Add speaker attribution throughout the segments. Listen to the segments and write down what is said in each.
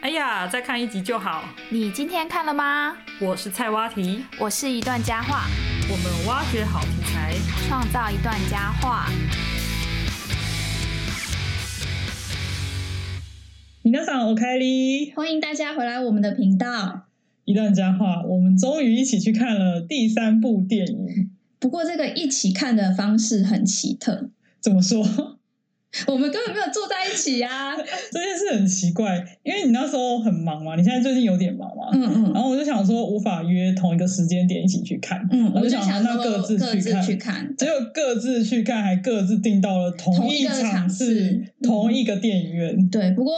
Speaker 1: 哎呀，再看一集就好。
Speaker 2: 你今天看了吗？
Speaker 1: 我是菜蛙题，
Speaker 2: 我是一段佳话，
Speaker 1: 我们挖掘好题材。
Speaker 2: 创造一段佳话。
Speaker 3: 皆さんおかえり。
Speaker 4: 欢迎大家回来我们的频道。
Speaker 3: 一段佳话，我们终于一起去看了第三部电影。
Speaker 4: 不过这个一起看的方式很奇特，
Speaker 3: 怎么说？
Speaker 4: 我们根本没有坐在一起呀、
Speaker 3: 这件事很奇怪，因为你那时候很忙嘛，你现在最近有点忙嘛。
Speaker 4: 嗯嗯
Speaker 3: 然后我就想说，无法约同一个时间点一起去看，
Speaker 4: 嗯，
Speaker 3: 我
Speaker 4: 我
Speaker 3: 就
Speaker 4: 就
Speaker 3: 想
Speaker 4: 想
Speaker 3: 那
Speaker 4: 说
Speaker 3: 各自去看
Speaker 4: 去看，
Speaker 3: 结果各自去看，还各自订到了同一场
Speaker 4: 同
Speaker 3: 次
Speaker 4: 一个场、次
Speaker 3: 同一个电影院。
Speaker 4: 对。不过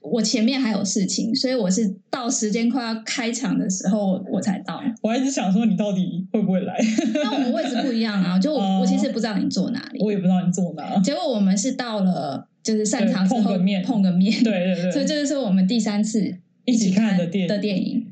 Speaker 4: 我前面还有事情，所以我是到时间快要开场的时候我才到。
Speaker 3: 我还一直想说，你到底会不会来？
Speaker 4: 但我们位置不一样啊，就
Speaker 3: 哦
Speaker 4: 我我其实也不知道你坐哪 里，
Speaker 3: 我也不知道你坐哪。
Speaker 4: 结果我们是到了就是散场之
Speaker 3: 对
Speaker 4: 后
Speaker 3: 碰个面
Speaker 4: 碰个面，
Speaker 3: 对对
Speaker 4: 所
Speaker 3: 对，
Speaker 4: 以这就是我们第三次
Speaker 3: 一起看的
Speaker 4: 的
Speaker 3: 电
Speaker 4: 的
Speaker 3: 影，
Speaker 4: 电影，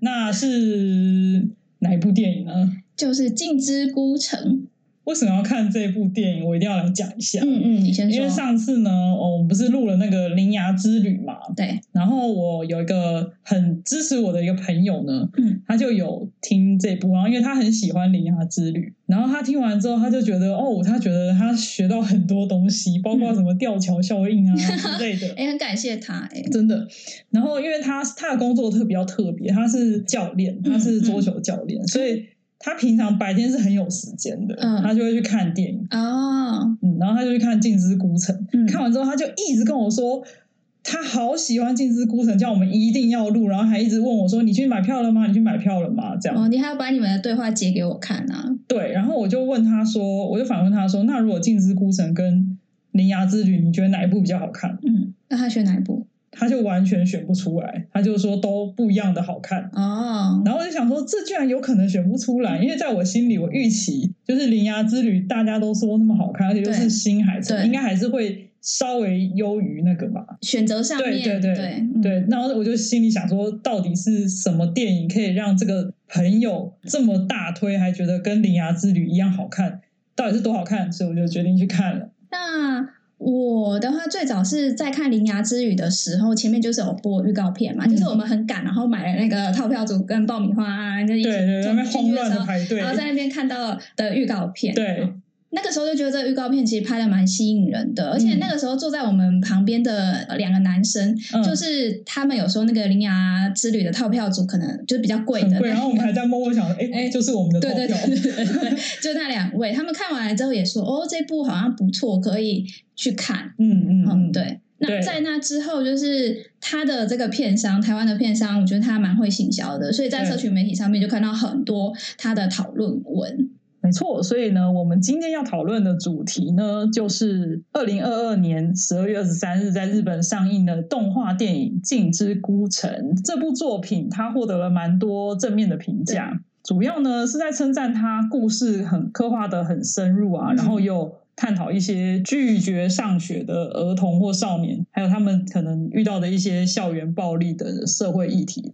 Speaker 3: 那是哪一部电影呢？
Speaker 4: 就是《镜之孤城
Speaker 3: 为什么要看这部电影？我一定要来讲一下》。。
Speaker 4: 嗯嗯，你先
Speaker 3: 因为
Speaker 4: 说。
Speaker 3: 上次呢，哦我们不是录了那个《铃芽之旅》嘛，
Speaker 4: 对，
Speaker 3: 然后我有一个很支持我的一个朋友呢，
Speaker 4: 嗯，
Speaker 3: 他就有听这部，然后因为他很喜欢《铃芽之旅》，然后他听完之后，他就觉得哦，他觉得他学到很多东西，包
Speaker 4: 嗯
Speaker 3: 括什么吊桥效应 啊之类的。
Speaker 4: 哎、很感谢他、哎，
Speaker 3: 真的，然后因为他他的工作特比较特别，他是教练，他
Speaker 4: 嗯
Speaker 3: 是桌球教练，所以他平常白天是很有时间的，
Speaker 4: 嗯
Speaker 3: 他就会去看电影，
Speaker 4: 哦，
Speaker 3: 嗯，然后他就去看《镜之孤城》，
Speaker 4: 嗯
Speaker 3: 看完之后他就一直跟我说，他好喜欢《镜之孤城》，叫我们一定要录，然后还一直问我说：“你去买票了吗？你去买票了吗？”这样、
Speaker 4: 哦，你还要把你们的对话截给我看啊？
Speaker 3: 对，然后我就问他说，我就反问他说：“那如果《镜之孤城》跟《铃芽之旅》，你觉得哪一部比较好看
Speaker 4: 嗯，那他选哪一部？？”
Speaker 3: 他就完全选不出来，他就说都不一样的好看。
Speaker 4: 哦，
Speaker 3: 然后我就想说，这居然有可能选不出来，因为在我心里，我预期就是《铃芽之旅》，大家都说那么好看，而且又是
Speaker 4: 对
Speaker 3: 新海诚，
Speaker 4: 对
Speaker 3: 应该还是会稍微优于那个吧。
Speaker 4: 选择上
Speaker 3: 对
Speaker 4: 面，
Speaker 3: 对
Speaker 4: 对
Speaker 3: 对
Speaker 4: 嗯
Speaker 3: 对，然后我就心里想说，到底是什么电影可以让这个朋友这么大推，还觉得跟《铃芽之旅》一样好看？到底是多好看？所以我就决定去看了。
Speaker 4: 那我的话，最早是在看《铃芽之旅》的时候，前面就是有播预告片嘛，
Speaker 3: 嗯
Speaker 4: 就是我们很赶，然后买了那个套票组跟爆米花啊，就一
Speaker 3: 对
Speaker 4: 起
Speaker 3: 对，在那边
Speaker 4: 冲进
Speaker 3: 慌
Speaker 4: 去的
Speaker 3: 乱
Speaker 4: 时
Speaker 3: 的
Speaker 4: 候，
Speaker 3: 排队
Speaker 4: 然，后在那边看到的预告片，哦
Speaker 3: 对，
Speaker 4: 那个时候就觉得这预告片其实拍的蛮吸引人的，而且那个时候坐在我们旁边的呃两个男生，
Speaker 3: 嗯
Speaker 4: 就是他们有说那个《铃芽之旅》的套票组可能就是比较贵
Speaker 3: 很
Speaker 4: 的，
Speaker 3: 贵。哦然后我们还在默默想说，哎，
Speaker 4: 哎
Speaker 3: 就是我们的
Speaker 4: 对
Speaker 3: 投
Speaker 4: 对
Speaker 3: 票
Speaker 4: 对。对 对对，就那两位，他们看完了之后也 说，哦，这部好像不错，可以去看。
Speaker 3: 嗯嗯
Speaker 4: 嗯，
Speaker 3: 嗯，
Speaker 4: 对。
Speaker 3: 对
Speaker 4: 那在那之后，就是他的这个片商，台湾的片商，我觉得他蛮会行销的，所以在
Speaker 3: 对
Speaker 4: 社群媒体上面就看到很多他的讨论文。
Speaker 3: 没错，所以呢，我们今天要讨论的主题呢，就是二零二二年十二月二十三日在日本上映的动画电影《镜之孤城》。这部作品它获得了蛮多正面的评价，主要呢是在称赞它故事很刻画的很深入啊，
Speaker 4: 嗯
Speaker 3: 然后又探讨一些拒绝上学的儿童或少年，还有他们可能遇到的一些校园暴力的社会议题。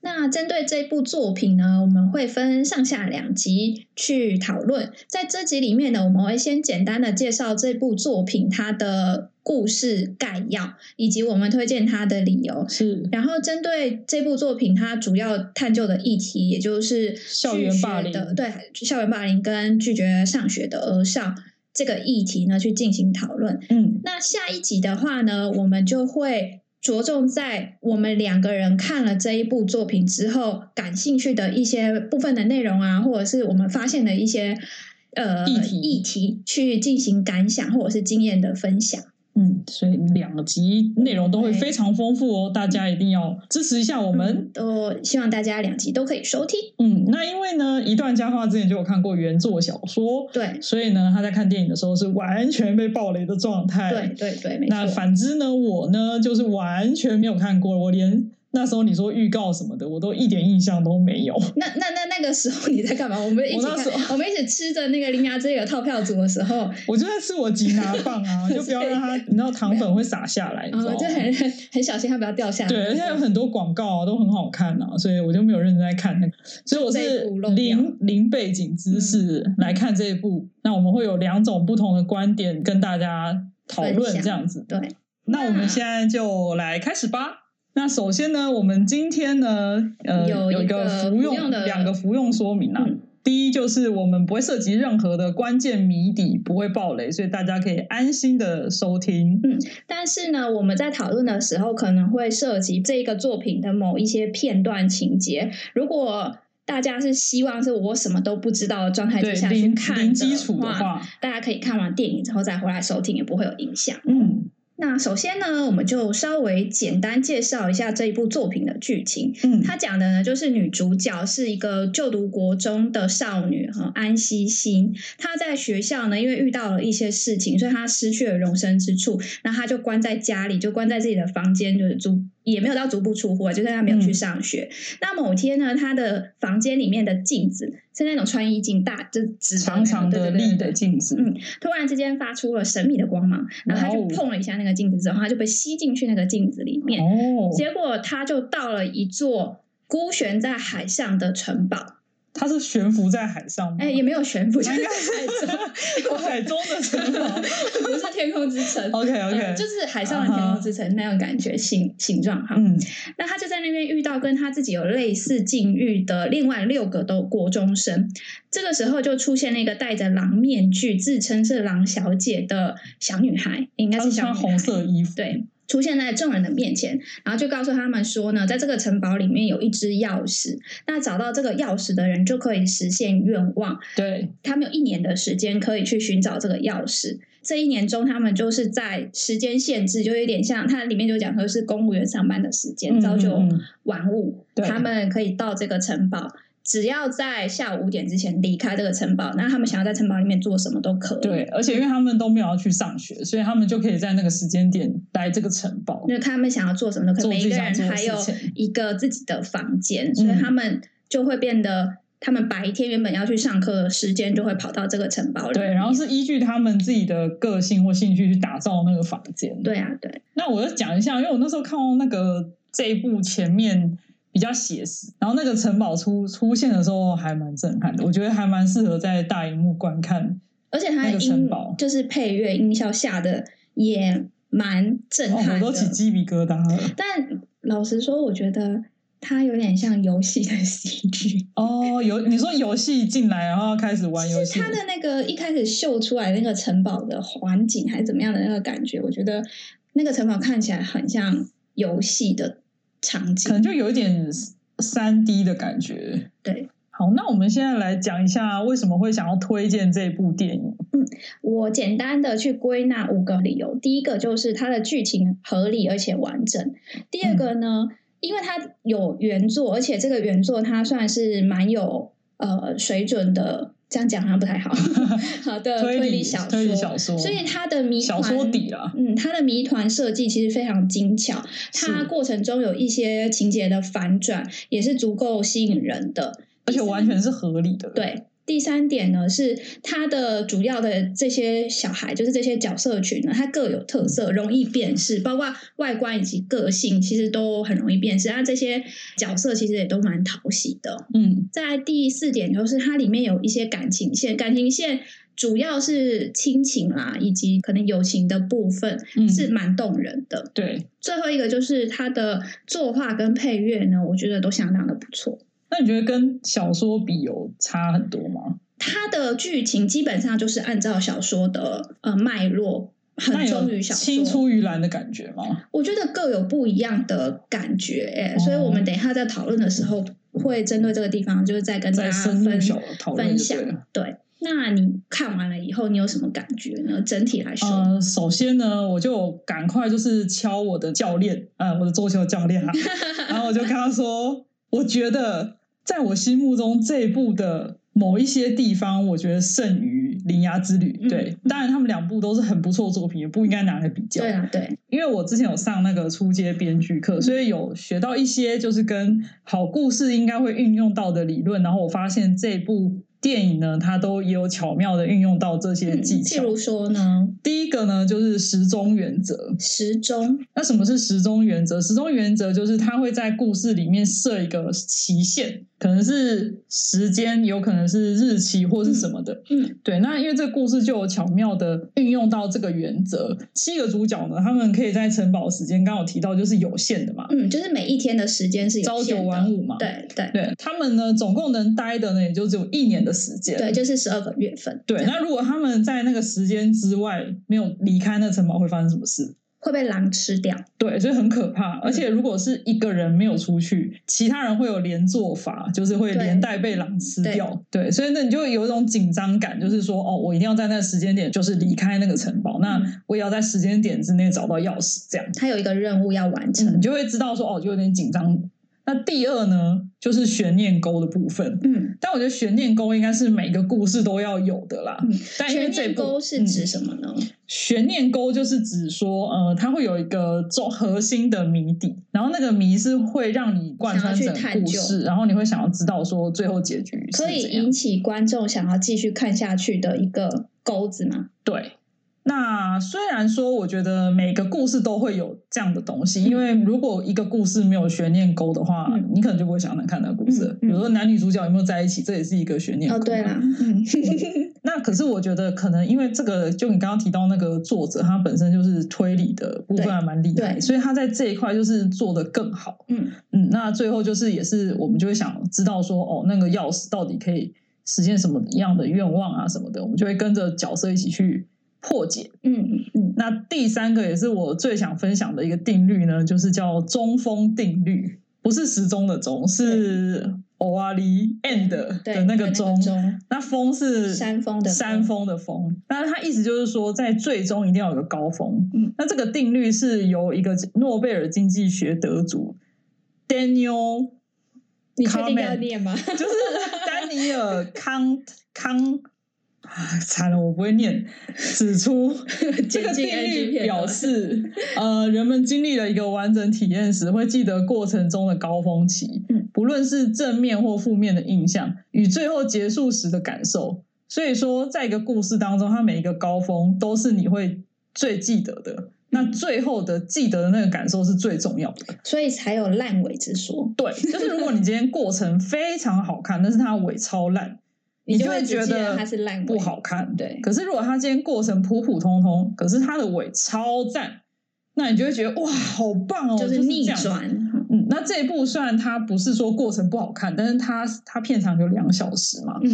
Speaker 4: 那针对这部作品呢，我们会分上下两集去讨论。在这集里面呢，我们会先简单的介绍这部作品它的故事概要，以及我们推荐它的理由。
Speaker 3: 是
Speaker 4: 然后针对这部作品，它主要探究的议题，也就是
Speaker 3: 校园霸凌
Speaker 4: 拒绝的对校园霸凌跟拒绝上学的儿少这个议题呢，去进行讨论。
Speaker 3: 嗯，
Speaker 4: 那下一集的话呢，我们就会着重在我们两个人看了这一部作品之后感兴趣的一些部分的内容啊，或者是我们发现的一些呃
Speaker 3: 议题
Speaker 4: 议题去进行感想或者是经验的分享。
Speaker 3: 嗯，所以两集内容都会非常丰富哦，大家一定要支持一下我们。
Speaker 4: 嗯都希望大家两集都可以收听。
Speaker 3: 嗯，那因为呢，一段佳话之前就有看过原作小说，
Speaker 4: 对
Speaker 3: 所以呢，他在看电影的时候是完全被暴雷的状态。
Speaker 4: 对，对对，没
Speaker 3: 那
Speaker 4: 错。
Speaker 3: 反之呢，我呢就是完全没有看过，我连那时候你说预告什么的，我都一点印象都没有。
Speaker 4: 那那那那个时候你在干嘛？我们一起
Speaker 3: 我那时
Speaker 4: 看，
Speaker 3: 候
Speaker 4: 我们一起吃着那个铃芽之旅的套票组的时候，
Speaker 3: 我就在吃我吉拿棒 啊，就不要让它，你知道糖粉会洒下来，你知道
Speaker 4: 呃，
Speaker 3: 吗
Speaker 4: 就？很很小心，它不要掉下来。
Speaker 3: 对，而且有很多广告啊，都很好看啊，所以我就没有认真在看那个，所以我是
Speaker 4: 被捕漏掉嗯
Speaker 3: 零零背景知识来看这一部。那我们会有两种不同的观点跟大家讨论，
Speaker 4: 分享
Speaker 3: 这样子。
Speaker 4: 对，
Speaker 3: 那我们现在就来开始吧。那首先呢，我们今天呢，呃，
Speaker 4: 有
Speaker 3: 有
Speaker 4: 一
Speaker 3: 一个
Speaker 4: 个
Speaker 3: 服
Speaker 4: 服
Speaker 3: 用
Speaker 4: 用的
Speaker 3: 两个服用说明啊。
Speaker 4: 嗯
Speaker 3: 第一就是我们不会涉及任何的关键谜底，不会爆雷，所以大家可以安心的收听。
Speaker 4: 但是呢，我们在讨论的时候可能会涉及这一个作品的某一些片段情节。如果大家是希望是我什么都不知道的状态
Speaker 3: 对
Speaker 4: 之下去
Speaker 3: 零
Speaker 4: 看
Speaker 3: 零基础
Speaker 4: 的
Speaker 3: 的
Speaker 4: 话，
Speaker 3: 话，
Speaker 4: 大家可以看完电影之后再回来收听，也不会有影响。
Speaker 3: 嗯
Speaker 4: 那首先呢，我们就稍微简单介绍一下这一部作品的剧情。
Speaker 3: 嗯，
Speaker 4: 它讲的呢，就是女主角是一个就读国中的少女哈安熙欣，她在学校呢，因为遇到了一些事情，所以她失去了容身之处，然后她就关在家里，就关在自己的房间，就是足也没有到足不出户啊，就是她
Speaker 3: 嗯
Speaker 4: 没有去上学。那某天呢，她的房间里面的镜子是那种穿衣镜大，就直的那
Speaker 3: 长
Speaker 4: 种
Speaker 3: 长的
Speaker 4: 对对对
Speaker 3: 立的镜子，
Speaker 4: 嗯突然之间发出了神秘的光芒，然后她就
Speaker 3: 哇哦
Speaker 4: 碰了一下那个镜子之后，她就被吸进去那个镜子里面。
Speaker 3: 哦，
Speaker 4: 结果他就到了一座孤悬在海上的城堡，
Speaker 3: 它是悬浮在海上吗，
Speaker 4: 哎，也没有悬浮，就
Speaker 3: 应
Speaker 4: 是
Speaker 3: 该
Speaker 4: 在海中，
Speaker 3: 海中的城堡。
Speaker 4: 不是天空之城。
Speaker 3: OK OK，
Speaker 4: 呃就是海上的天空之城那种感觉形形状哈，
Speaker 3: 嗯
Speaker 4: 那他就在那边遇到跟他自己有类似境遇的另外六个都国中生，这个时候就出现了一个戴着狼面具、自称是狼小姐的小女孩，应该
Speaker 3: 她
Speaker 4: 是
Speaker 3: 是
Speaker 4: 小女
Speaker 3: 穿
Speaker 4: 孩
Speaker 3: 红色衣服，
Speaker 4: 对，出现在众人的面前，然后就告诉他们说呢，在这个城堡里面有一只钥匙，那找到这个钥匙的人就可以实现愿望。
Speaker 3: 对，
Speaker 4: 他们有一年的时间可以去寻找这个钥匙。这一年中，他们就是在时间限制，就有点像它里面就讲说是公务员上班的时间，朝九
Speaker 3: 嗯嗯嗯
Speaker 4: 晚五，
Speaker 3: 对
Speaker 4: 他们可以到这个城堡。只要在下午五点之前离开这个城堡，那他们想要在城堡里面做什么都可以。
Speaker 3: 对，而且因为他们都没有要去上学，所以他们就可以在那个时间点来这个城堡。
Speaker 4: 那他们想要做什么都可能
Speaker 3: 做
Speaker 4: 每
Speaker 3: 自
Speaker 4: 一
Speaker 3: 己
Speaker 4: 个
Speaker 3: 想
Speaker 4: 人
Speaker 3: 做的
Speaker 4: 还有
Speaker 3: 事情嗯
Speaker 4: 一个自己的房间，所以他们就会变得，他们白天原本要去上课的时间就会跑到这个城堡里
Speaker 3: 对，
Speaker 4: 面。
Speaker 3: 然后是依据他们自己的个性或兴趣去打造那个房间。，
Speaker 4: 对啊，对，
Speaker 3: 那我就讲一下，因为我那时候看到那个这一部前面比较写实，然后那个城堡出出现的时候还蛮震撼的，我觉得还蛮适合在大荧幕观看。
Speaker 4: 而且它
Speaker 3: 那个
Speaker 4: 音
Speaker 3: 城堡
Speaker 4: 就是配乐音效下的也蛮震
Speaker 3: 哦，我
Speaker 4: 撼的。
Speaker 3: 都起鸡皮疙瘩了。
Speaker 4: 但老实说，我觉得它有点像游戏的 CG。
Speaker 3: 哦，有你说游戏进来，然后开始玩游戏
Speaker 4: 他，的那个一开始秀出来那个城堡的环境还是怎么样的那个感觉，我觉得那个城堡看起来很像游戏的场
Speaker 3: 可能
Speaker 4: 景。
Speaker 3: 就有一点三 D 的感觉。
Speaker 4: 对
Speaker 3: 好，那我们现在来讲一下为什么会想要推荐这部电影。
Speaker 4: 我简单的去归纳五个理由，第一个就是它的剧情合理而且完整，第二个
Speaker 3: 嗯
Speaker 4: 呢，因为它有原作，而且这个原作它算是蛮有呃水准的。这样讲好像不太 好，好的
Speaker 3: 推
Speaker 4: 呃推
Speaker 3: 理
Speaker 4: 理小说，
Speaker 3: 推理小说
Speaker 4: 所以它的谜
Speaker 3: 小
Speaker 4: 团
Speaker 3: 说底啊啦，
Speaker 4: 嗯，它的谜团设计其实非常精巧，它
Speaker 3: 是
Speaker 4: 过程中有一些情节的反转，也是足够吸引人的。
Speaker 3: 而且完全是合理的。，
Speaker 4: 对，第三点呢是它的主要的这些小孩，就是这些角色群呢，它各有特色，容易辨识，包括外观以及个性，其实都很容易辨识。那这些角色其实也都蛮讨喜的。
Speaker 3: 嗯，
Speaker 4: 在第四点就是它里面有一些感情线，感情线主要是亲情啦，以及可能友情的部分、
Speaker 3: 嗯
Speaker 4: 是蛮动人的。
Speaker 3: 对。
Speaker 4: 最后一个就是它的作画跟配乐呢，我觉得都相当的不错。
Speaker 3: 那你觉得跟小说比有差很多吗？
Speaker 4: 它的剧情基本上就是按照小说的呃脉络，
Speaker 3: 那
Speaker 4: 很忠
Speaker 3: 有
Speaker 4: 于小
Speaker 3: 青
Speaker 4: 说。
Speaker 3: 出于蓝的感觉吗？
Speaker 4: 我觉得各有不一样的感觉、欸，
Speaker 3: 哦
Speaker 4: 所以我们等一下在讨论的时候会针对这个地方，就是再跟
Speaker 3: 在
Speaker 4: 大家
Speaker 3: 深入
Speaker 4: 分
Speaker 3: 小讨论
Speaker 4: 分
Speaker 3: 就对了
Speaker 4: 享。对，那你看完了以后，你有什么感觉呢？整体来说，
Speaker 3: 呃，首先呢，我就赶快就是敲我的教练，呃，我的桌球教 练啊，然后我就跟他说，我觉得在我心目中这一部的某一些地方，我觉得胜于《铃芽之旅》。
Speaker 4: 嗯
Speaker 3: 对，当然他们两部都是很不错的作品，也不应该拿来比较。
Speaker 4: 对啊，对，
Speaker 3: 因为我之前有上那个初阶编剧课，所以有学到一些就是跟好故事应该会运用到的理论，然后我发现这部。电影呢，它都也有巧妙的运用到这些
Speaker 4: 嗯
Speaker 3: 技
Speaker 4: 譬
Speaker 3: 巧。
Speaker 4: 如说呢，
Speaker 3: 第一个呢，就是时钟原则。
Speaker 4: 时钟，
Speaker 3: 那什么是时钟原则？时钟原则就是它会在故事里面设一个期限，可能是时间，有可能是日期或是什么的。
Speaker 4: 嗯，
Speaker 3: 对，那因为这个故事就有巧妙的运用到这个原则。七个主角呢，他们可以在城堡时间刚好提到就是有限的嘛，
Speaker 4: 嗯，就是每一天的时间是有
Speaker 3: 朝
Speaker 4: 限
Speaker 3: 九
Speaker 4: 的
Speaker 3: 晚五嘛。
Speaker 4: 对对
Speaker 3: 对，他们呢总共能待的呢也就只有一年的时间。
Speaker 4: 对，就是十二个月份
Speaker 3: 对，那如果他们在那个时间之外没有离开那城堡，会发生什么事？
Speaker 4: 会被狼吃掉。
Speaker 3: 对，所以很可怕。而
Speaker 4: 嗯
Speaker 3: 且如果是一个人没有出去，其他人会有连坐法，就是会
Speaker 4: 对
Speaker 3: 连带被狼吃掉。对，所以那你就有一种紧张感，就是说，哦，我一定要在那个时间点，就是离开那个城堡，那
Speaker 4: 嗯
Speaker 3: 我也要在时间点之内找到钥匙，这样。
Speaker 4: 他有一个任务要完成。
Speaker 3: 你就会知道说，哦，就有点紧张。那第二呢，就是悬念钩的部分。
Speaker 4: 嗯，
Speaker 3: 但我觉得悬念钩应该是每个故事都要有的啦。
Speaker 4: 嗯
Speaker 3: 但因为
Speaker 4: 悬
Speaker 3: 这
Speaker 4: 念
Speaker 3: 部
Speaker 4: 钩是
Speaker 3: 嗯
Speaker 4: 指什么呢？
Speaker 3: 悬念钩就是指说，呃，它会有一个中核心的谜底，然后那个谜是会让你贯穿
Speaker 4: 想
Speaker 3: 整
Speaker 4: 要去
Speaker 3: 个
Speaker 4: 探
Speaker 3: 故
Speaker 4: 究
Speaker 3: 事，然后你会想要知道说最后结局是
Speaker 4: 可以
Speaker 3: 怎样
Speaker 4: 引。起观众想要继续看下去的一个钩子吗？
Speaker 3: 对，那虽然说我觉得每个故事都会有这样的东西，因为如果一个故事没有悬念钩的话，
Speaker 4: 嗯
Speaker 3: 你可能就不会想要看那个故事了。
Speaker 4: 嗯嗯
Speaker 3: 比如说男女主角有没有在一起，这也是一个悬念钩
Speaker 4: 哦，
Speaker 3: 嘛。
Speaker 4: 对啦，嗯，
Speaker 3: 那可是我觉得，可能因为这个，就你刚刚提到那个作者，他本身就是推理的部分
Speaker 4: 对
Speaker 3: 还蛮厉害，
Speaker 4: 对
Speaker 3: 所以他在这一块就是做得更好。
Speaker 4: 嗯
Speaker 3: 嗯，那最后就是也是我们就会想知道说，哦，那个钥匙到底可以实现什么样的愿望啊什么的，我们就会跟着角色一起去破解。
Speaker 4: 嗯嗯，
Speaker 3: 那第三个也是我最想分享的一个定律呢，就是叫中锋定律，不是时钟的钟，是偶啊离 end
Speaker 4: 对
Speaker 3: 的那个钟。
Speaker 4: 钟，
Speaker 3: 那峰是
Speaker 4: 山峰的峰
Speaker 3: 山峰的峰，那它意思就是说，在最终一定要有个高峰。
Speaker 4: 嗯
Speaker 3: 那这个定律是由一个诺贝尔经济学得主 Daniel，
Speaker 4: 你确定要
Speaker 3: Comment
Speaker 4: 念 吗？
Speaker 3: 就是丹尼尔康康。啊，惨了，我不会念。指出这个定律表示，呃，人们经历了一个完整体验时，会记得过程中的高峰期
Speaker 4: 嗯，
Speaker 3: 不论是正面或负面的印象，与最后结束时的感受。所以说，在一个故事当中，它每一个高峰都是你会最记得的。那最后的记得的那个感受是最重要的。
Speaker 4: 所以才有烂尾之说，
Speaker 3: 对，就是如果你今天过程非常好看，但是它尾超烂，
Speaker 4: 你
Speaker 3: 就
Speaker 4: 会只
Speaker 3: 觉
Speaker 4: 记
Speaker 3: 得
Speaker 4: 它是烂尾
Speaker 3: 不好。看。
Speaker 4: 对
Speaker 3: 可是如果它今天过程普普通通，可是它的尾超赞，那你就会觉得哇，好棒哦，
Speaker 4: 就
Speaker 3: 就是
Speaker 4: 逆
Speaker 3: 这样
Speaker 4: 转，嗯
Speaker 3: 嗯，那这一部虽然它不是说过程不好看，但是它它片长有两小时嘛，
Speaker 4: 嗯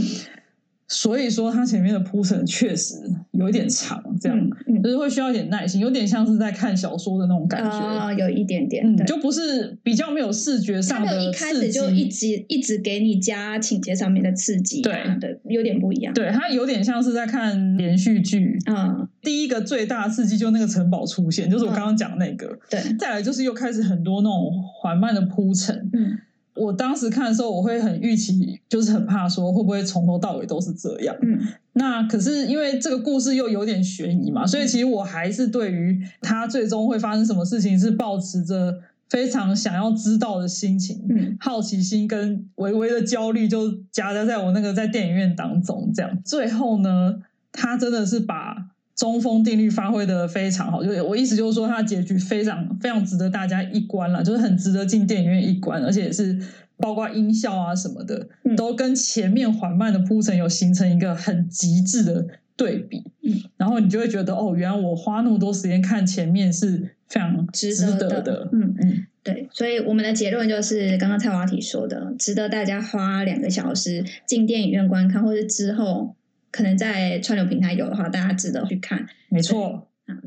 Speaker 3: 所以说它前面的铺陈确实有一点长，这样、
Speaker 4: 嗯
Speaker 3: 就是会需要一点耐心，有点像是在看小说的那种感觉。
Speaker 4: 啊，有一点点，
Speaker 3: 嗯，
Speaker 4: 对。
Speaker 3: 就不是比较没有视觉
Speaker 4: 他
Speaker 3: 上
Speaker 4: 没有
Speaker 3: 的
Speaker 4: 一开始
Speaker 3: 刺激，
Speaker 4: 就一直一直给你加情节上面的刺激、啊，对，有点不一样。，
Speaker 3: 对，它有点像是在看连续剧。
Speaker 4: 嗯，
Speaker 3: 第一个最大的刺激就那个城堡出现，就是我刚刚讲那个。
Speaker 4: 对，
Speaker 3: 再来就是又开始很多那种缓慢的铺陈。
Speaker 4: 嗯
Speaker 3: 我当时看的时候，我会很预期，就是很怕说会不会从头到尾都是这样。
Speaker 4: 嗯
Speaker 3: 那可是因为这个故事又有点悬疑嘛，
Speaker 4: 嗯
Speaker 3: 所以其实我还是对于它最终会发生什么事情是抱持着非常想要知道的心情。
Speaker 4: 嗯，
Speaker 3: 好奇心跟微微的焦虑就夹杂在我那个在电影院当中，这样最后呢，他真的是把中锋定律发挥的非常好，就是我意思就是说，他的结局非常非常值得大家一观了，就是很值得进电影院一观，而且也是包括音效啊什么的，
Speaker 4: 嗯
Speaker 3: 都跟前面缓慢的铺陈有形成一个很极致的对比，
Speaker 4: 嗯，
Speaker 3: 然后你就会觉得哦，原来我花那么多时间看前面是非常
Speaker 4: 值
Speaker 3: 得
Speaker 4: 的，
Speaker 3: 的
Speaker 4: 嗯，
Speaker 3: 嗯，
Speaker 4: 对。所以我们的结论就是，刚刚蔡华体说的，值得大家花两个小时进电影院观看，或是之后可能在串流平台有的话，大家值得去看。
Speaker 3: 没错。
Speaker 4: 啊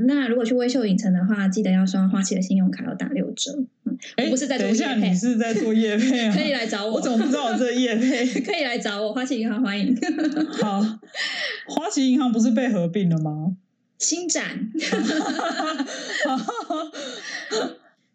Speaker 4: 那如果去微秀影城的话，记得要刷花旗的信用卡，要打六折。 嗯，
Speaker 3: 哎，
Speaker 4: 我不是在做
Speaker 3: 等一下，
Speaker 4: 业配啊
Speaker 3: 你是在做业配啊？
Speaker 4: 可以来找我，
Speaker 3: 我怎么不知道我这业配？
Speaker 4: 可以来找我，花旗银行欢迎
Speaker 3: 好，花旗银行不是被合并了吗？
Speaker 4: 新展。
Speaker 3: 好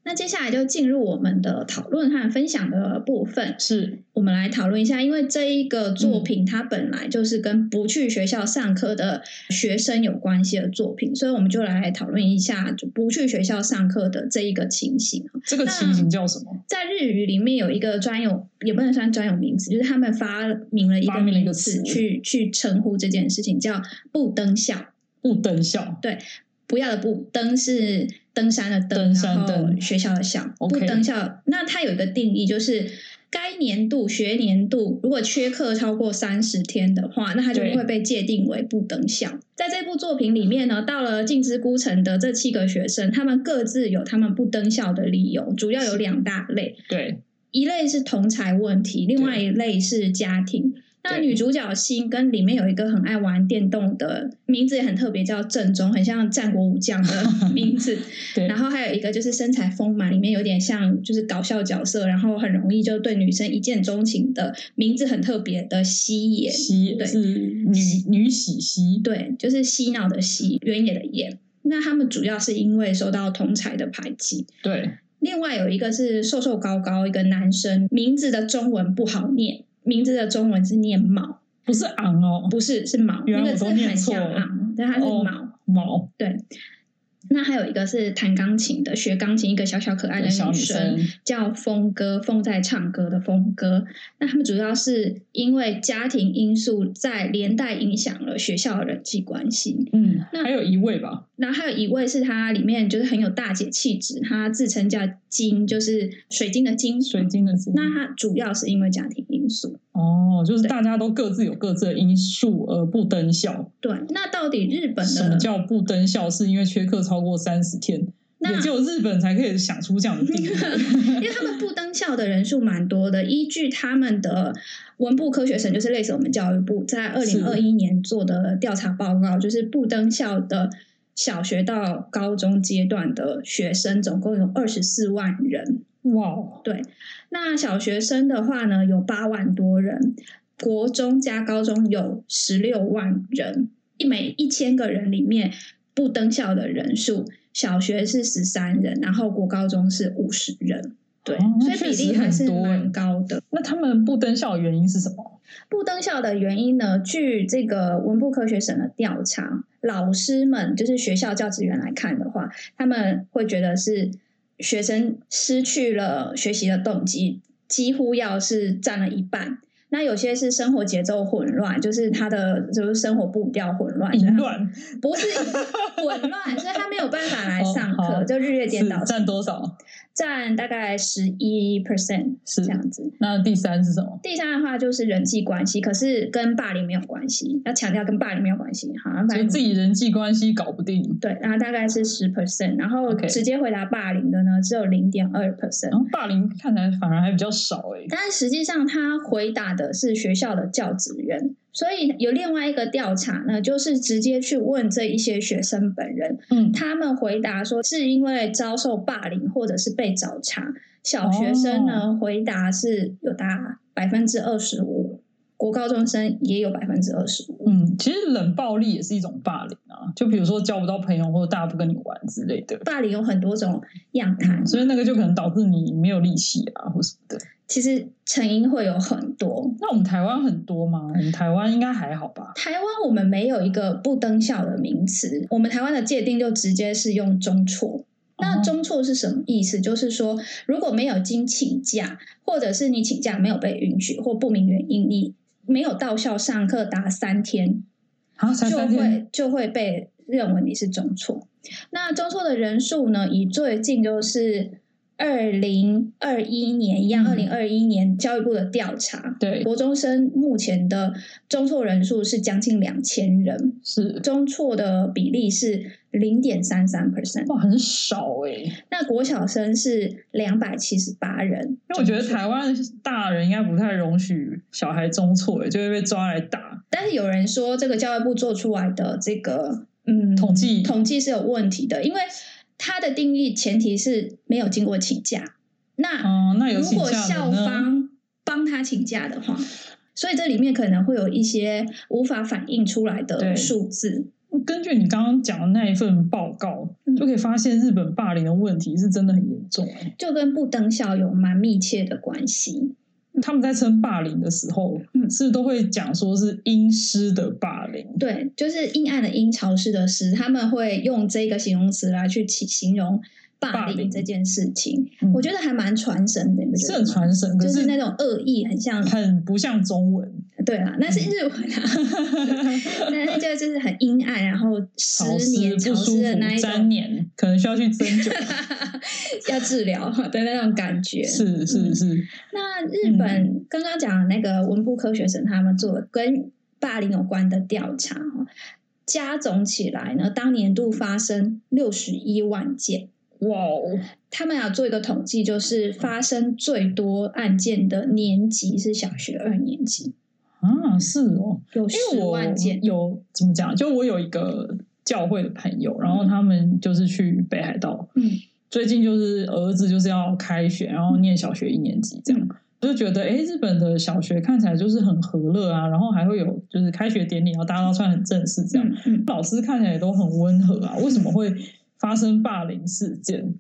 Speaker 4: 那接下来就进入我们的讨论和分享的部分，
Speaker 3: 是嗯
Speaker 4: 我们来讨论一下，因为这一个作品它本来就是跟不去学校上课的学生有关系的作品，所以我们就来讨论一下就不去学校上课的这一个情形。
Speaker 3: 这个情形叫什么？
Speaker 4: 在日语里面有一个专有，也不能算专有名词，就是他们发明了一
Speaker 3: 发
Speaker 4: 个
Speaker 3: 明了一个
Speaker 4: 名词
Speaker 3: 词
Speaker 4: 去去称呼这件事情，叫不登校。
Speaker 3: 不登校。
Speaker 4: 不要的不登是登山的登，
Speaker 3: 登山
Speaker 4: 然后
Speaker 3: 登
Speaker 4: 学校的校，
Speaker 3: OK
Speaker 4: 不登校。那它有一个定义，就是该年度学年度如果缺课超过三十天的话，那它就
Speaker 3: 对
Speaker 4: 会被界定为不登校。在这部作品里面呢，到了尽之孤城的这七个学生，他们各自有他们不登校的理由，主要有两大类，
Speaker 3: 对，
Speaker 4: 一类是同才问题，另外一类是家庭。那
Speaker 3: 对
Speaker 4: 女主角心跟里面有一个很爱玩电动的，名字也很特别，叫正宗，很像战国武将的名字。
Speaker 3: 对
Speaker 4: 然后还有一个就是身材丰满，里面有点像就是搞笑角色，然后很容易就对女生一见钟情的，名字很特别的西野。
Speaker 3: 喜
Speaker 4: 对
Speaker 3: 是女女喜西，
Speaker 4: 对，就是嬉闹的嬉，原野的野。那他们主要是因为受到同才的排挤。
Speaker 3: 对
Speaker 4: 另外有一个是瘦瘦高高一个男生，名字的中文不好念，名字的中文是念毛，
Speaker 3: 不是昂哦，
Speaker 4: 不是是毛，
Speaker 3: 原来
Speaker 4: 那个
Speaker 3: 我
Speaker 4: 字
Speaker 3: 都
Speaker 4: 很
Speaker 3: 念错
Speaker 4: 像
Speaker 3: 了
Speaker 4: 昂，但它是
Speaker 3: 哦
Speaker 4: 毛。
Speaker 3: 毛
Speaker 4: 对，那还有一个是弹钢琴的，学钢琴一个小小可爱的
Speaker 3: 小
Speaker 4: 女
Speaker 3: 女
Speaker 4: 生
Speaker 3: 生，
Speaker 4: 叫峰哥，峰在唱歌的峰哥。那他们主要是因为家庭因素在连带影响了学校的人际关系。
Speaker 3: 嗯，
Speaker 4: 那
Speaker 3: 还有一位吧，
Speaker 4: 然后还有一位是她里面就是很有大姐气质，她自称叫金，就是水晶的金。
Speaker 3: 水晶的晶。
Speaker 4: 那她主要是因为家庭因素。
Speaker 3: 哦，就是
Speaker 4: 对
Speaker 3: 大家都各自有各自的因素而不登校。
Speaker 4: 对，那到底日本
Speaker 3: 什么
Speaker 4: 的
Speaker 3: 叫不登校？是因为缺课超过三十天，
Speaker 4: 那
Speaker 3: 也只有日本才可以想出这样的 定义。
Speaker 4: 因为他们不登校的人数蛮多的，依据他们的文部科学省，就是类似我们教育部在二
Speaker 3: 是
Speaker 4: 零二一年做的调查报告，就是不登校的小学到高中阶段的学生，总共有二十四万人。
Speaker 3: 哇，哦
Speaker 4: 那小学生的话呢，有八万多人，国中加高中有十六万人，一每一千个人里面不登校的人数，小学是十三人，然后国高中是五十人。对，
Speaker 3: 哦
Speaker 4: 所
Speaker 3: 那
Speaker 4: 以
Speaker 3: 确
Speaker 4: 比
Speaker 3: 实
Speaker 4: 例还
Speaker 3: 很
Speaker 4: 是
Speaker 3: 多欸
Speaker 4: 蛮高的。
Speaker 3: 那他们不登校的原因是什么？
Speaker 4: 不登校的原因呢？据这个文部科学省的调查，老师们就是学校教职员来看的话，他们会觉得是学生失去了学习的动机，几乎要是占了一半。那有些是生活节奏混乱，就是他的就是生活步调混乱，所以
Speaker 3: 淫
Speaker 4: 他
Speaker 3: 乱
Speaker 4: 不是混乱，所以他没有办法来上
Speaker 3: 哦
Speaker 4: 课，
Speaker 3: 好
Speaker 4: 就日夜颠
Speaker 3: 是
Speaker 4: 倒，
Speaker 3: 占多少？
Speaker 4: 占大概十一 percent
Speaker 3: 是
Speaker 4: 这样子。
Speaker 3: 那第三是什么？
Speaker 4: 第三的话就是人际关系，可是跟霸凌没有关系，要强调跟霸凌没有关系。好，反
Speaker 3: 所以
Speaker 4: 正
Speaker 3: 自己人际关系搞不定，
Speaker 4: 对，然后大概是十 percent，然后
Speaker 3: OK 哦
Speaker 4: 直接回答霸凌的呢只有零点二 percent，
Speaker 3: 然后霸凌看起来反而还比较少欸诶、
Speaker 4: 但实际上他回答的是学校的教职员，所以有另外一个调查呢，就是直接去问这一些学生本人，
Speaker 3: 嗯，
Speaker 4: 他们回答说是因为遭受霸凌或者是被找茬。小学生呢，
Speaker 3: 哦
Speaker 4: 回答是有达百分之二十五，国高中生也有百分之二十五。
Speaker 3: 嗯，其实冷暴力也是一种霸凌啊，就比如说交不到朋友或者大家不跟你玩之类的，
Speaker 4: 霸凌有很多种样态，
Speaker 3: 嗯所以那个就可能导致你没有力气啊或什么的。
Speaker 4: 其实成因会有很多。
Speaker 3: 那我们台湾很多吗？我们台湾应该还好吧？
Speaker 4: 台湾我们没有一个不登校的名词，我们台湾的界定就直接是用中辍。那
Speaker 3: 哦
Speaker 4: 中辍是什么意思？就是说，如果没有经请假，或者是你请假没有被允许，或不明原因你没有到校上课达三天，
Speaker 3: 啊，才
Speaker 4: 就
Speaker 3: 三天，
Speaker 4: 会就会被认为你是中辍。那中辍的人数呢，以最近就是二零二一年一样，
Speaker 3: 嗯
Speaker 4: 二零二一年教育部的调查，
Speaker 3: 对，
Speaker 4: 国中生目前的中辍人数是将近两千人，
Speaker 3: 是
Speaker 4: 中辍的比例是零点三三 percent，
Speaker 3: 哇，很少欸诶、
Speaker 4: 那国小生是两百七十八人，
Speaker 3: 因为我觉得台湾大人应该不太容许小孩中错、欸，就会被抓来打。
Speaker 4: 但是有人说，这个教育部做出来的这个嗯
Speaker 3: 统计
Speaker 4: 统计是有问题的，因为它的定义前提是没有经过请假。那
Speaker 3: 哦、那有
Speaker 4: 如
Speaker 3: 请
Speaker 4: 果
Speaker 3: 假
Speaker 4: 校
Speaker 3: 的呢？
Speaker 4: 方帮他请假的话，所以这里面可能会有一些无法反映出来的
Speaker 3: 对
Speaker 4: 数字。
Speaker 3: 根据你刚刚讲的那一份报告，
Speaker 4: 嗯
Speaker 3: 就可以发现日本霸凌的问题是真的很严重、欸。
Speaker 4: 就跟不登校有蛮密切的关系。
Speaker 3: 他们在称霸凌的时候，
Speaker 4: 嗯
Speaker 3: 是不是都会讲说是阴湿的霸凌？
Speaker 4: 对，就是阴暗的阴，潮湿的湿，他们会用这个形容词来去起形容霸
Speaker 3: 霸
Speaker 4: 凌
Speaker 3: 凌
Speaker 4: 这件事情。
Speaker 3: 嗯
Speaker 4: 我觉得还蛮传神的，你不觉
Speaker 3: 是
Speaker 4: 得
Speaker 3: 很
Speaker 4: 吗？
Speaker 3: 传神，可
Speaker 4: 就是
Speaker 3: 是
Speaker 4: 那种恶意，很像
Speaker 3: 很不像中文。
Speaker 4: 对啦，那是日 文啊，但是就就是很阴暗，然后湿
Speaker 3: 潮湿
Speaker 4: 黏、
Speaker 3: 不
Speaker 4: 潮
Speaker 3: 舒服
Speaker 4: 湿的那一
Speaker 3: 粘
Speaker 4: 种，
Speaker 3: 黏，可能需要去针灸。
Speaker 4: 要治疗的那种感觉。
Speaker 3: 是嗯是是，
Speaker 4: 嗯那日本刚刚讲的那个文部科学省他们做的跟霸凌有关的调查哦，加总起来呢，当年度发生六十一万件。
Speaker 3: 哇哦，
Speaker 4: 他们要做一个统计，就是发生最多案件的年级是小学二年级，
Speaker 3: 啊是哦，
Speaker 4: 有
Speaker 3: 因
Speaker 4: 十
Speaker 3: 为我
Speaker 4: 万件。
Speaker 3: 有怎么讲？就我有一个教会的朋友，然后他们就是去北海道，
Speaker 4: 嗯，
Speaker 3: 最近就是儿子就是要开学，然后念小学一年级这样。
Speaker 4: 嗯
Speaker 3: 我就觉得，哎、日本的小学看起来就是很和乐啊，然后还会有就是开学典礼，然后大家都穿很正式这样，
Speaker 4: 嗯嗯，
Speaker 3: 老师看起来也都很温和啊，为什么会发生霸凌事件？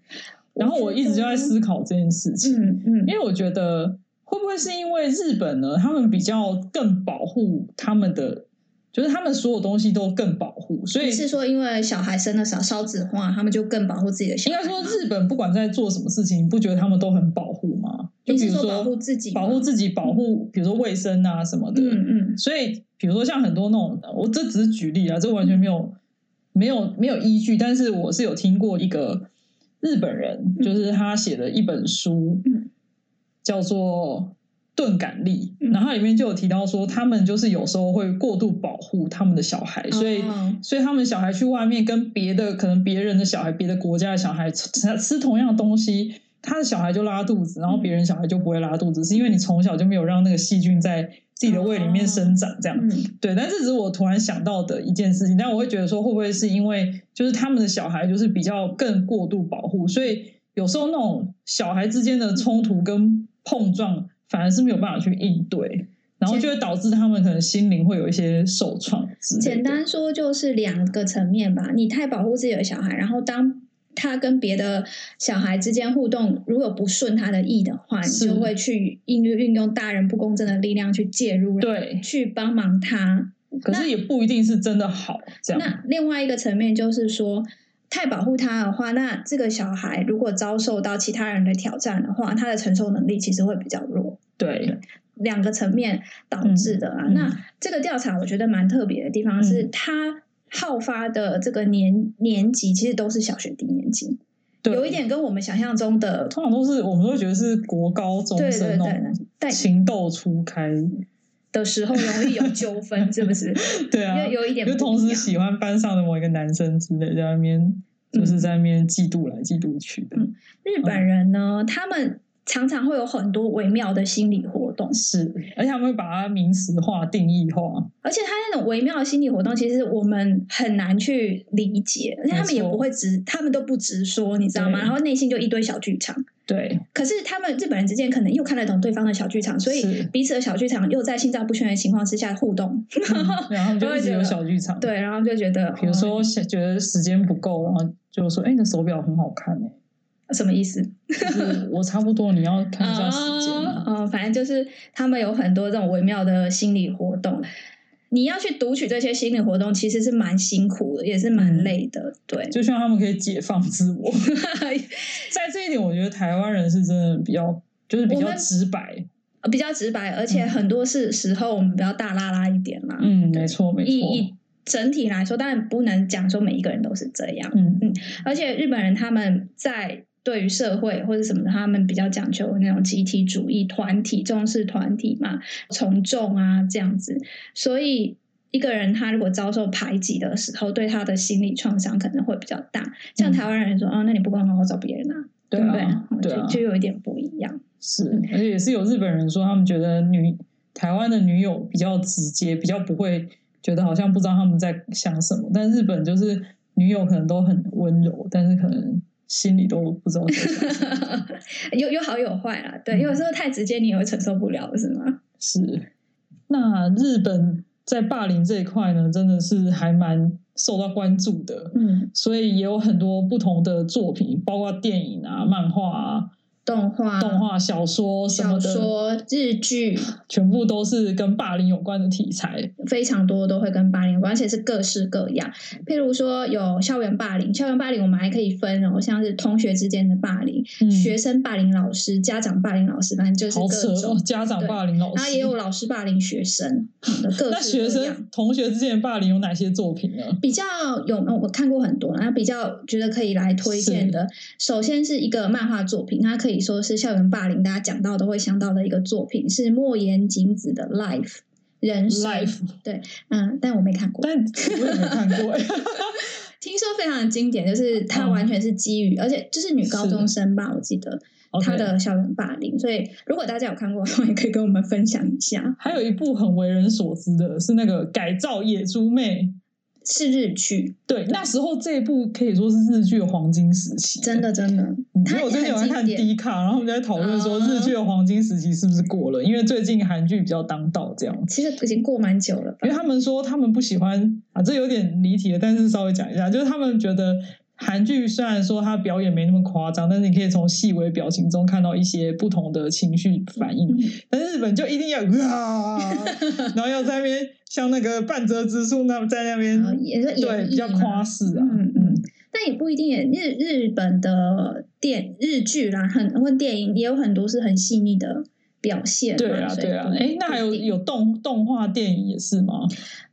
Speaker 3: 然后我一直就在思考这件事情，
Speaker 4: 嗯嗯
Speaker 3: 因为我觉得会不会是因为日本呢，他们比较更保护他们的，就是他们所有东西都更保护，所以
Speaker 4: 你是说因为小孩生的少，少子化，他们就更保护自己的小
Speaker 3: 应
Speaker 4: 孩
Speaker 3: 该
Speaker 4: 吗？
Speaker 3: 说日本不管在做什么事情，你不觉得他们都很保护吗？就
Speaker 4: 你
Speaker 3: 比
Speaker 4: 是
Speaker 3: 如
Speaker 4: 说保护自己吗
Speaker 3: 保护自己，保护比如说卫生啊什么的。
Speaker 4: 嗯嗯
Speaker 3: 所以比如说像很多那种，我这只是举例啊，这完全没
Speaker 4: 嗯
Speaker 3: 有没有没有依据，但是我是有听过一个日本人，
Speaker 4: 嗯
Speaker 3: 就是他写的一本书，
Speaker 4: 嗯
Speaker 3: 叫做。钝感力，
Speaker 4: 嗯
Speaker 3: 然后它里面就有提到说，他们就是有时候会过度保护他们的小孩，所以
Speaker 4: 哦
Speaker 3: 所以他们小孩去外面跟别的可能别人的小孩、别的国家的小孩吃吃吃同样的东西，他的小孩就拉肚子，然后
Speaker 4: 嗯
Speaker 3: 别人小孩就不会拉肚子，是因为你从小就没有让那个细菌在自己的胃里面生长，这样、
Speaker 4: 嗯，
Speaker 3: 对。但这只是我突然想到的一件事情，但我会觉得说，会不会是因为就是他们的小孩就是比较更过度保护，所以有时候那种小孩之间的冲突跟碰撞反而是没有办法去应对。然后就会导致他们可能心灵会有一些受创之类的。
Speaker 4: 简单说就是两个层面吧。你太保护自己的小孩，然后当他跟别的小孩之间互动，如果不顺他的意的话，你
Speaker 3: 是
Speaker 4: 就会去运用运用大人不公正的力量去介入，
Speaker 3: 对，
Speaker 4: 去帮忙他。
Speaker 3: 可是也不一定是真的好，这样
Speaker 4: 那另外一个层面就是说，太保护他的话，那这个小孩如果遭受到其他人的挑战的话，他的承受能力其实会比较弱。
Speaker 3: 对，
Speaker 4: 两个层面导致的啊。
Speaker 3: 嗯嗯
Speaker 4: 那这个调查我觉得蛮特别的地方是，
Speaker 3: 嗯
Speaker 4: 它好发的这个年年级其实都是小学低年级，
Speaker 3: 对
Speaker 4: 有一点跟我们想象中的
Speaker 3: 通常都是我们都觉得是国高中
Speaker 4: 对对
Speaker 3: 生那
Speaker 4: 对
Speaker 3: 种
Speaker 4: 对
Speaker 3: 情窦初开，
Speaker 4: 的时候容易有纠纷，是不是？
Speaker 3: 对啊，
Speaker 4: 因为有一点
Speaker 3: 就
Speaker 4: 不
Speaker 3: 同
Speaker 4: 一
Speaker 3: 时
Speaker 4: 样
Speaker 3: 喜欢班上的某一个男生之类，在那边就是在那边嫉妒来嫉妒去的，
Speaker 4: 嗯日本人呢，他们常常会有很多微妙的心理活动，
Speaker 3: 是，而且他们会把它名词化、定义化，
Speaker 4: 而且他那种微妙的心理活动，其实我们很难去理解，而且他们也
Speaker 3: 没错
Speaker 4: 不会直，他们都不直说，你知道吗？
Speaker 3: 对
Speaker 4: 然后内心就一堆小剧场。
Speaker 3: 对，
Speaker 4: 可是他们日本人之间可能又看得懂对方的小剧场，所以
Speaker 3: 是
Speaker 4: 彼此的小剧场又在心照不宣的情况之下互动，
Speaker 3: 嗯然后他们就一直有
Speaker 4: 我也觉得
Speaker 3: 小剧场，，
Speaker 4: 对，然后就觉得
Speaker 3: 比如
Speaker 4: 哦
Speaker 3: 说觉得时间不够，然后就说，哎，你的手表很好看哎，
Speaker 4: 什么意思？
Speaker 3: 就是我差不多，你要看一下时间
Speaker 4: 哦
Speaker 3: 啊，
Speaker 4: 哦，反正就是他们有很多这种微妙的心理活动。你要去读取这些心理活动，其实是蛮辛苦的，也是
Speaker 3: 嗯
Speaker 4: 蛮累的。 对，
Speaker 3: 就希望他们可以解放自我。 在这一点，我觉得台湾人是真的比较，就是比
Speaker 4: 我
Speaker 3: 较
Speaker 4: 们
Speaker 3: 直白。
Speaker 4: 呃比较直白，而且
Speaker 3: 嗯
Speaker 4: 很多是时候我们比较大拉拉一点啦。
Speaker 3: 嗯，没错，没
Speaker 4: 以
Speaker 3: 错
Speaker 4: 以。整体来说，当然不能讲说每一个人都是这样。
Speaker 3: 嗯，
Speaker 4: 而且日本人他们在对于社会或者什么的，他们比较讲究那种集体主义、团体重视团体嘛，从众啊这样子。所以一个人他如果遭受排挤的时候，对他的心理创伤可能会比较大。像
Speaker 3: 嗯
Speaker 4: 台湾人说：“哦，那你不管好好找别人啊，
Speaker 3: 对
Speaker 4: 不
Speaker 3: 啊，
Speaker 4: 对？”
Speaker 3: 对啊
Speaker 4: 就，就有一点不一样。
Speaker 3: 是，嗯而且也是有日本人说，他们觉得女台湾的女友比较直接，比较不会觉得好像不知道他们在想什么，但日本就是女友可能都很温柔，但是可能心里都不知道在想什么
Speaker 4: 有有好有坏啦，对，
Speaker 3: 嗯
Speaker 4: 有时候太直接你也会承受不了，是吗？
Speaker 3: 是，那日本在霸凌这一块呢，真的是还蛮受到关注的。
Speaker 4: 嗯
Speaker 3: 所以也有很多不同的作品，包括电影啊、漫画啊，
Speaker 4: 动画、
Speaker 3: 动画、小说什么
Speaker 4: 小
Speaker 3: 的，
Speaker 4: 说、日剧，
Speaker 3: 全部都是跟霸凌有关的题材。嗯
Speaker 4: 非常多都会跟霸凌有关，而且是各式各样。譬如说有校园霸凌，校园霸凌我们还可以分哦，像是同学之间的霸凌、
Speaker 3: 嗯，
Speaker 4: 学生霸凌老师、家长霸凌老师，反正就是
Speaker 3: 好扯
Speaker 4: 各
Speaker 3: 哦，
Speaker 4: 种。
Speaker 3: 家长霸凌老
Speaker 4: 然后
Speaker 3: 师，
Speaker 4: 也有老师霸凌学生，嗯各式各样。
Speaker 3: 那学生同学之间的霸凌有哪些作品呢？
Speaker 4: 比较有，呃我看过很多，然后比较觉得可以来推荐的，首先是一个漫画作品，它可以说是校园霸凌大家讲到都会想到的一个作品，是莫言景子的《Life》人生。
Speaker 3: Life
Speaker 4: 嗯，但我没看过，
Speaker 3: 但我也没看 过。
Speaker 4: 听说非常经典，就是
Speaker 3: 哦
Speaker 4: 它完全是基于，而且就是女高中生吧，我记得
Speaker 3: OK
Speaker 4: 她的校园霸凌，所以如果大家有看过的话，也可以跟我们分享一下，
Speaker 3: 还有一部很为人所知的是那个《改造野猪妹》。
Speaker 4: 是日剧，
Speaker 3: 对，那时候这一部可以说是日剧的黄金时期，
Speaker 4: 真的真的，
Speaker 3: 嗯。因
Speaker 4: 它
Speaker 3: 为我最近有
Speaker 4: 很
Speaker 3: 在
Speaker 4: 经
Speaker 3: 看
Speaker 4: 典。嗯
Speaker 3: D 卡，然后我们在讨论说日剧的黄金时期是不是过了，因为最近韩剧比较当道这样子。
Speaker 4: 其实已经过蛮久了吧，
Speaker 3: 因为他们说他们不喜欢啊，这有点离题了，但是稍微讲一下，就是他们觉得韩剧虽然说它表演没那么夸张，但是你可以从细微表情中看到一些不同的情绪反
Speaker 4: 嗯
Speaker 3: 应。但是日本就一定要 啊，然后要在那边像那个半泽直树那在那边
Speaker 4: 啊也是演
Speaker 3: 对
Speaker 4: 绎
Speaker 3: 比较
Speaker 4: 嘛
Speaker 3: 夸饰啊，
Speaker 4: 嗯嗯，但也不一定耶。日日本的电日剧啦，很或电影也有很多是很细腻的表现嘛。
Speaker 3: 对啊，
Speaker 4: 所以
Speaker 3: 对啊
Speaker 4: 不，
Speaker 3: 哎，那还有
Speaker 4: 不一定
Speaker 3: 有动动画电影也是吗？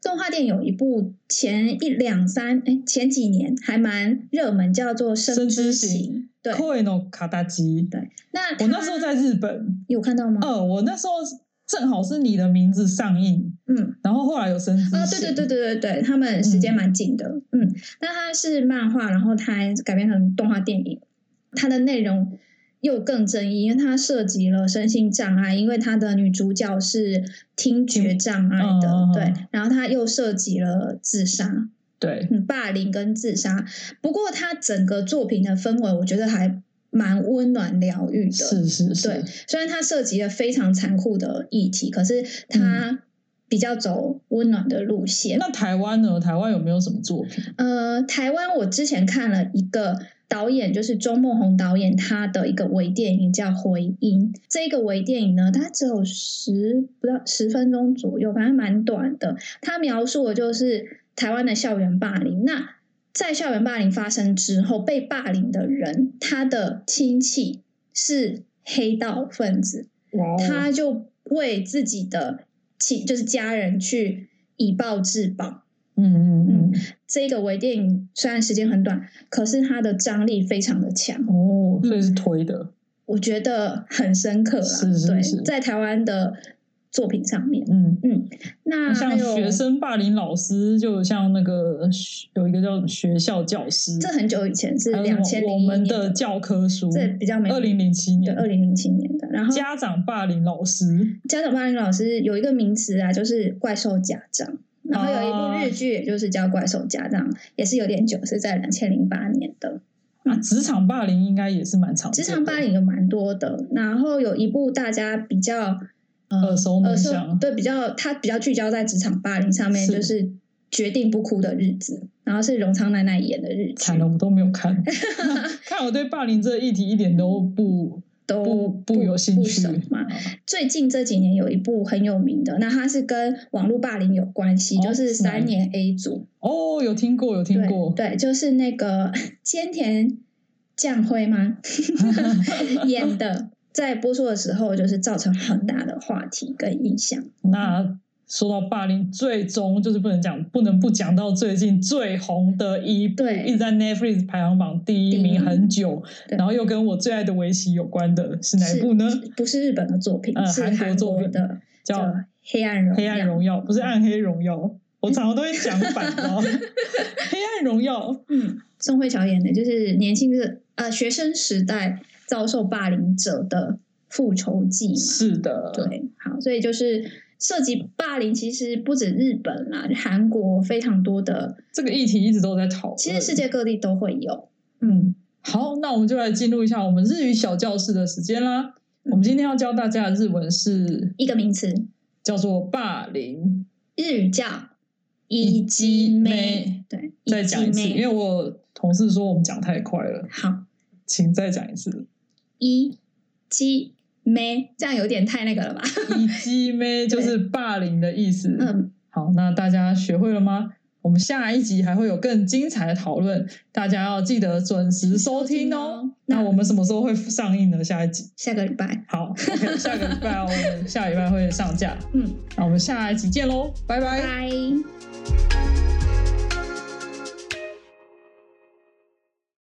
Speaker 4: 动画电影有一部前一两三哎前几年还蛮热门，叫做《
Speaker 3: 生
Speaker 4: 生
Speaker 3: 之
Speaker 4: 之
Speaker 3: 行
Speaker 4: 行》。对，
Speaker 3: 《no 卡达基》，
Speaker 4: 那
Speaker 3: 我那时候
Speaker 4: 它
Speaker 3: 在日本，
Speaker 4: 有看到吗？
Speaker 3: 呃，我那时候正好是你的名字上映，
Speaker 4: 嗯，
Speaker 3: 然后后来有《生之行
Speaker 4: 啊，》，对对对，对对对，他们时间蛮近的，嗯那它是漫画，然后它改编成动画电影，它的内容又更争议，因为它涉及了身心障碍，因为它的女主角是听觉哦障碍的，
Speaker 3: 嗯嗯嗯嗯
Speaker 4: 对，然后它又涉及了自杀，
Speaker 3: 对，
Speaker 4: 嗯，霸凌跟自杀。不过它整个作品的氛围，我觉得还蛮温暖疗愈的，
Speaker 3: 是是是，
Speaker 4: 对，虽然它涉及了非常残酷的议题，可是它比较走温暖的路线。
Speaker 3: 那台湾呢？台湾有没有什么作品？
Speaker 4: 呃，台湾我之前看了一个导演，就是周梦红导演，他的一个微电影叫《回音》。这个微电影呢，它只有十不到十分钟左右，反正蛮短的。它描述的就是台湾的校园霸凌。那在校园霸凌发生之后，被霸凌的人，他的亲戚是黑道分子，
Speaker 3: 哇哦
Speaker 4: 他就为自己的亲就是家人去以暴制暴。
Speaker 3: 嗯嗯嗯，
Speaker 4: 这个微电影虽然时间很短，可是它的张力非常的强，
Speaker 3: 哦，所以是推的，
Speaker 4: 我觉得很深刻啦。
Speaker 3: 是是
Speaker 4: 对
Speaker 3: 是，
Speaker 4: 在台湾的作品上面，
Speaker 3: 嗯。
Speaker 4: 那还
Speaker 3: 像
Speaker 4: 有
Speaker 3: 学生霸凌老师，就像那个有一个叫学校教师，
Speaker 4: 这很久以前是
Speaker 3: 还有什么
Speaker 4: 两千零
Speaker 3: 我
Speaker 4: 一
Speaker 3: 们
Speaker 4: 年
Speaker 3: 的教科书，
Speaker 4: 这比较没
Speaker 3: 二零零七
Speaker 4: 对
Speaker 3: 年，
Speaker 4: 二零零七年的，然后
Speaker 3: 家长霸凌老师，
Speaker 4: 家长霸凌老师有一个名词啊，就是怪兽家长。然后有
Speaker 3: 哦
Speaker 4: 一部日剧，也就是叫《怪兽家长》，也是有点久，是在两千零八年的。
Speaker 3: 啊，职场霸凌应该也是蛮常
Speaker 4: 嗯职
Speaker 3: 见的
Speaker 4: 场霸凌有蛮多的，然后有一部大家比较
Speaker 3: 耳熟能
Speaker 4: 呃是
Speaker 3: 详，
Speaker 4: 对比较，它比较聚焦在职场霸凌上面，
Speaker 3: 是
Speaker 4: 就是《决定不哭的日子》，然后是荣昌奈奈演的日剧
Speaker 3: 惨，了，我都没有 看， 看我对霸凌这个议题一点都不
Speaker 4: 都
Speaker 3: 不不有兴
Speaker 4: 不
Speaker 3: 趣
Speaker 4: 熟嘛。最近这几年有一部很有名的，那它是跟网络霸凌有关系，
Speaker 3: 哦
Speaker 4: 就是
Speaker 3: 是吗
Speaker 4: 三年 A 组，
Speaker 3: 哦，有听过，有听过，
Speaker 4: 对对，就是那个 菅田将 晖吗演的。在播出的时候，就是造成很大的话题跟影响。
Speaker 3: 那。说到霸凌，最终就是不能讲，不能不讲到最近最红的一部，
Speaker 4: 对
Speaker 3: 一直在 Netflix 排行榜第一
Speaker 4: 第一
Speaker 3: 名
Speaker 4: 名
Speaker 3: 很久，
Speaker 4: 对
Speaker 3: 然后又跟我最爱的围棋有关的是哪一
Speaker 4: 是
Speaker 3: 部呢？
Speaker 4: 不是日本的作品，
Speaker 3: 呃
Speaker 4: 是
Speaker 3: 韩国
Speaker 4: 韩
Speaker 3: 作
Speaker 4: 国
Speaker 3: 品
Speaker 4: 的
Speaker 3: 叫
Speaker 4: 《黑暗荣
Speaker 3: 黑暗
Speaker 4: 耀》。
Speaker 3: 荣耀，不是暗黑荣耀。我常常都会讲反的 哦。黑暗荣耀，
Speaker 4: 嗯，宋慧乔演的，就是年轻的呃学生时代遭受霸凌者的复仇记嘛。
Speaker 3: 是的，，
Speaker 4: 对，好，所以就是涉及霸凌，其实不止日本啦，韩国非常多的，
Speaker 3: 这个议题一直都在讨论。
Speaker 4: 其实世界各地都会有。
Speaker 3: 嗯，好，那我们就来进入一下我们日语小教室的时间啦。我们今天要教大家的日文是
Speaker 4: 一个名词，
Speaker 3: 叫做霸凌，
Speaker 4: 日语叫
Speaker 3: 一
Speaker 4: 一
Speaker 3: 击
Speaker 4: 击
Speaker 3: 妹
Speaker 4: 妹，对，
Speaker 3: 再讲一次，
Speaker 4: 击
Speaker 3: 因
Speaker 4: 妹
Speaker 3: 为我同事说我们讲太快了，
Speaker 4: 好
Speaker 3: 请再讲一次。
Speaker 4: 一鸡咩，这样有点太那个了吧？
Speaker 3: 以鸡 妹就是霸凌的意思。
Speaker 4: 嗯，
Speaker 3: 好，那大家学会了吗？我们下一集还会有更精彩的讨论，大家要记得准时收听
Speaker 4: 收听
Speaker 3: 哦
Speaker 4: 哦。
Speaker 3: 那
Speaker 4: 那
Speaker 3: 我们什么时候会上映呢？下一集。
Speaker 4: 下个礼拜，
Speaker 3: 好，OK，下个礼拜哦，我们下礼拜会上架。
Speaker 4: 嗯，
Speaker 3: 那我们下一集见喽，拜
Speaker 4: 拜
Speaker 3: 拜。
Speaker 4: 拜。